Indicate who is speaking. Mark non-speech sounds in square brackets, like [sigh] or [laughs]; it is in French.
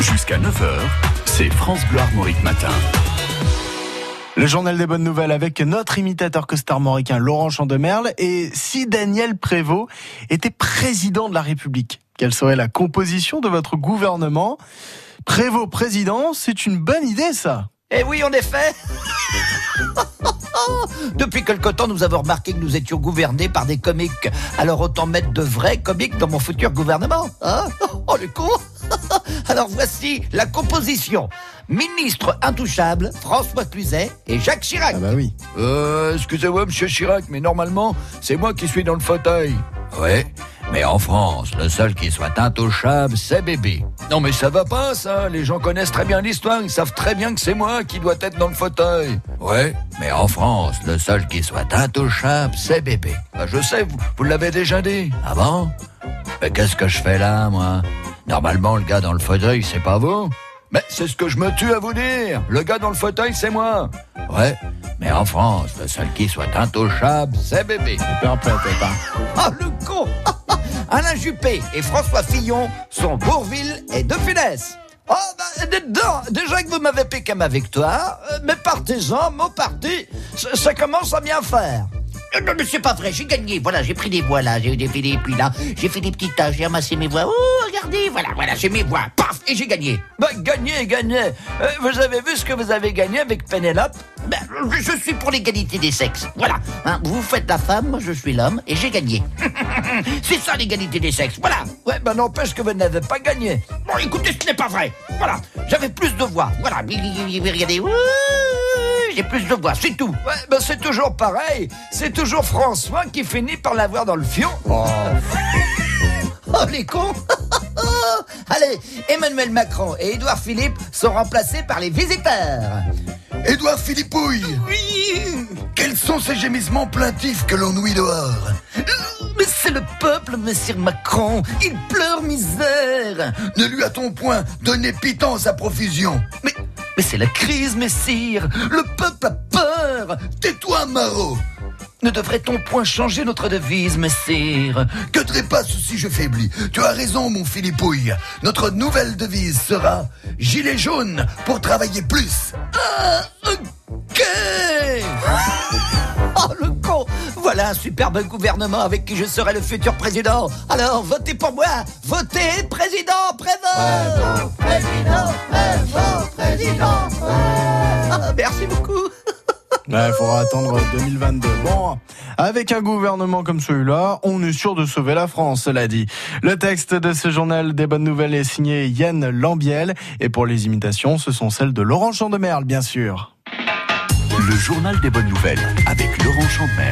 Speaker 1: Jusqu'à 9h, c'est France Gloire Mauric Matin.
Speaker 2: Le journal des bonnes nouvelles avec notre imitateur costarmoricain Laurent Chandemerle et si Daniel Prévost était président de la République, quelle serait la composition de votre gouvernement Prévost président, c'est une bonne idée ça.
Speaker 3: Eh oui, en effet [laughs] Depuis quelque temps, nous avons remarqué que nous étions gouvernés par des comiques. Alors autant mettre de vrais comiques dans mon futur gouvernement. Hein oh, le con [laughs] Alors voici la composition. Ministre intouchable, François Cluzet et Jacques Chirac.
Speaker 2: bah oui.
Speaker 3: Euh, excusez-moi, monsieur Chirac, mais normalement, c'est moi qui suis dans le fauteuil. Ouais, mais en France, le seul qui soit intouchable, c'est bébé. Non, mais ça va pas, ça. Les gens connaissent très bien l'histoire. Ils savent très bien que c'est moi qui dois être dans le fauteuil. Ouais, mais en France, le seul qui soit intouchable, c'est bébé. Bah, je sais, vous, vous l'avez déjà dit. Ah bon Mais qu'est-ce que je fais là, moi Normalement, le gars dans le fauteuil, c'est pas vous Mais c'est ce que je me tue à vous dire Le gars dans le fauteuil, c'est moi Ouais, mais en France, le seul qui soit intouchable, c'est bébé.
Speaker 2: Peu importe, hein.
Speaker 3: Ah, le con [laughs] Alain Juppé et François Fillon sont Bourville et De Funès. Oh, bah, dites donc, déjà que vous m'avez piqué ma victoire, euh, mais partez-en, mon parti, ça, ça commence à bien faire. Euh, Non, mais c'est pas vrai, j'ai gagné. Voilà, j'ai pris des voix là, j'ai des des puis là, j'ai fait des petits tas, j'ai ramassé mes voix. Oh, regardez, voilà, voilà, j'ai mes voix. Paf, et j'ai gagné. Bah, gagné, gagné. Euh, vous avez vu ce que vous avez gagné avec Pénélope Ben, je, je suis pour l'égalité des sexes. Voilà. Hein, vous faites la femme, moi je suis l'homme, et j'ai gagné. C'est ça l'égalité des sexes, voilà Ouais, ben n'empêche que vous n'avez pas gagné. Bon, écoutez, ce n'est pas vrai. Voilà, j'avais plus de voix. Voilà, regardez. Ouh, J'ai plus de voix, c'est tout. Ouais, ben c'est toujours pareil. C'est toujours François qui finit par l'avoir dans le fion. [laughs] Oh, les cons [laughs] Allez, Emmanuel Macron et Édouard Philippe sont remplacés par les visiteurs.
Speaker 4: Édouard Philippouille Quels sont ces gémissements plaintifs que l'on ouït dehors
Speaker 3: Mais c'est le peuple, monsieur Macron. Il pleure misère.
Speaker 4: Ne lui a-t-on point donné pitance à profusion
Speaker 3: Mais, mais c'est la crise, messire Le peuple a peur
Speaker 4: Tais-toi, Marot
Speaker 3: Ne devrait-on point changer notre devise, messire
Speaker 4: Que trépasse si je faiblis Tu as raison, mon Philippouille. Notre nouvelle devise sera Gilet jaune pour travailler plus.
Speaker 3: Ok [laughs] Oh, le con Voilà un superbe gouvernement avec qui je serai le futur président Alors, votez pour moi Votez président Prévost Président Prévost Président [laughs] Ah, Merci beaucoup
Speaker 2: Ouais, Bah, faudra attendre 2022. Bon, avec un gouvernement comme celui-là, on est sûr de sauver la France, cela dit. Le texte de ce journal des bonnes nouvelles est signé Yann Lambiel. Et pour les imitations, ce sont celles de Laurent Chandemerle, bien sûr.
Speaker 1: Le journal des bonnes nouvelles avec Laurent Chandmer.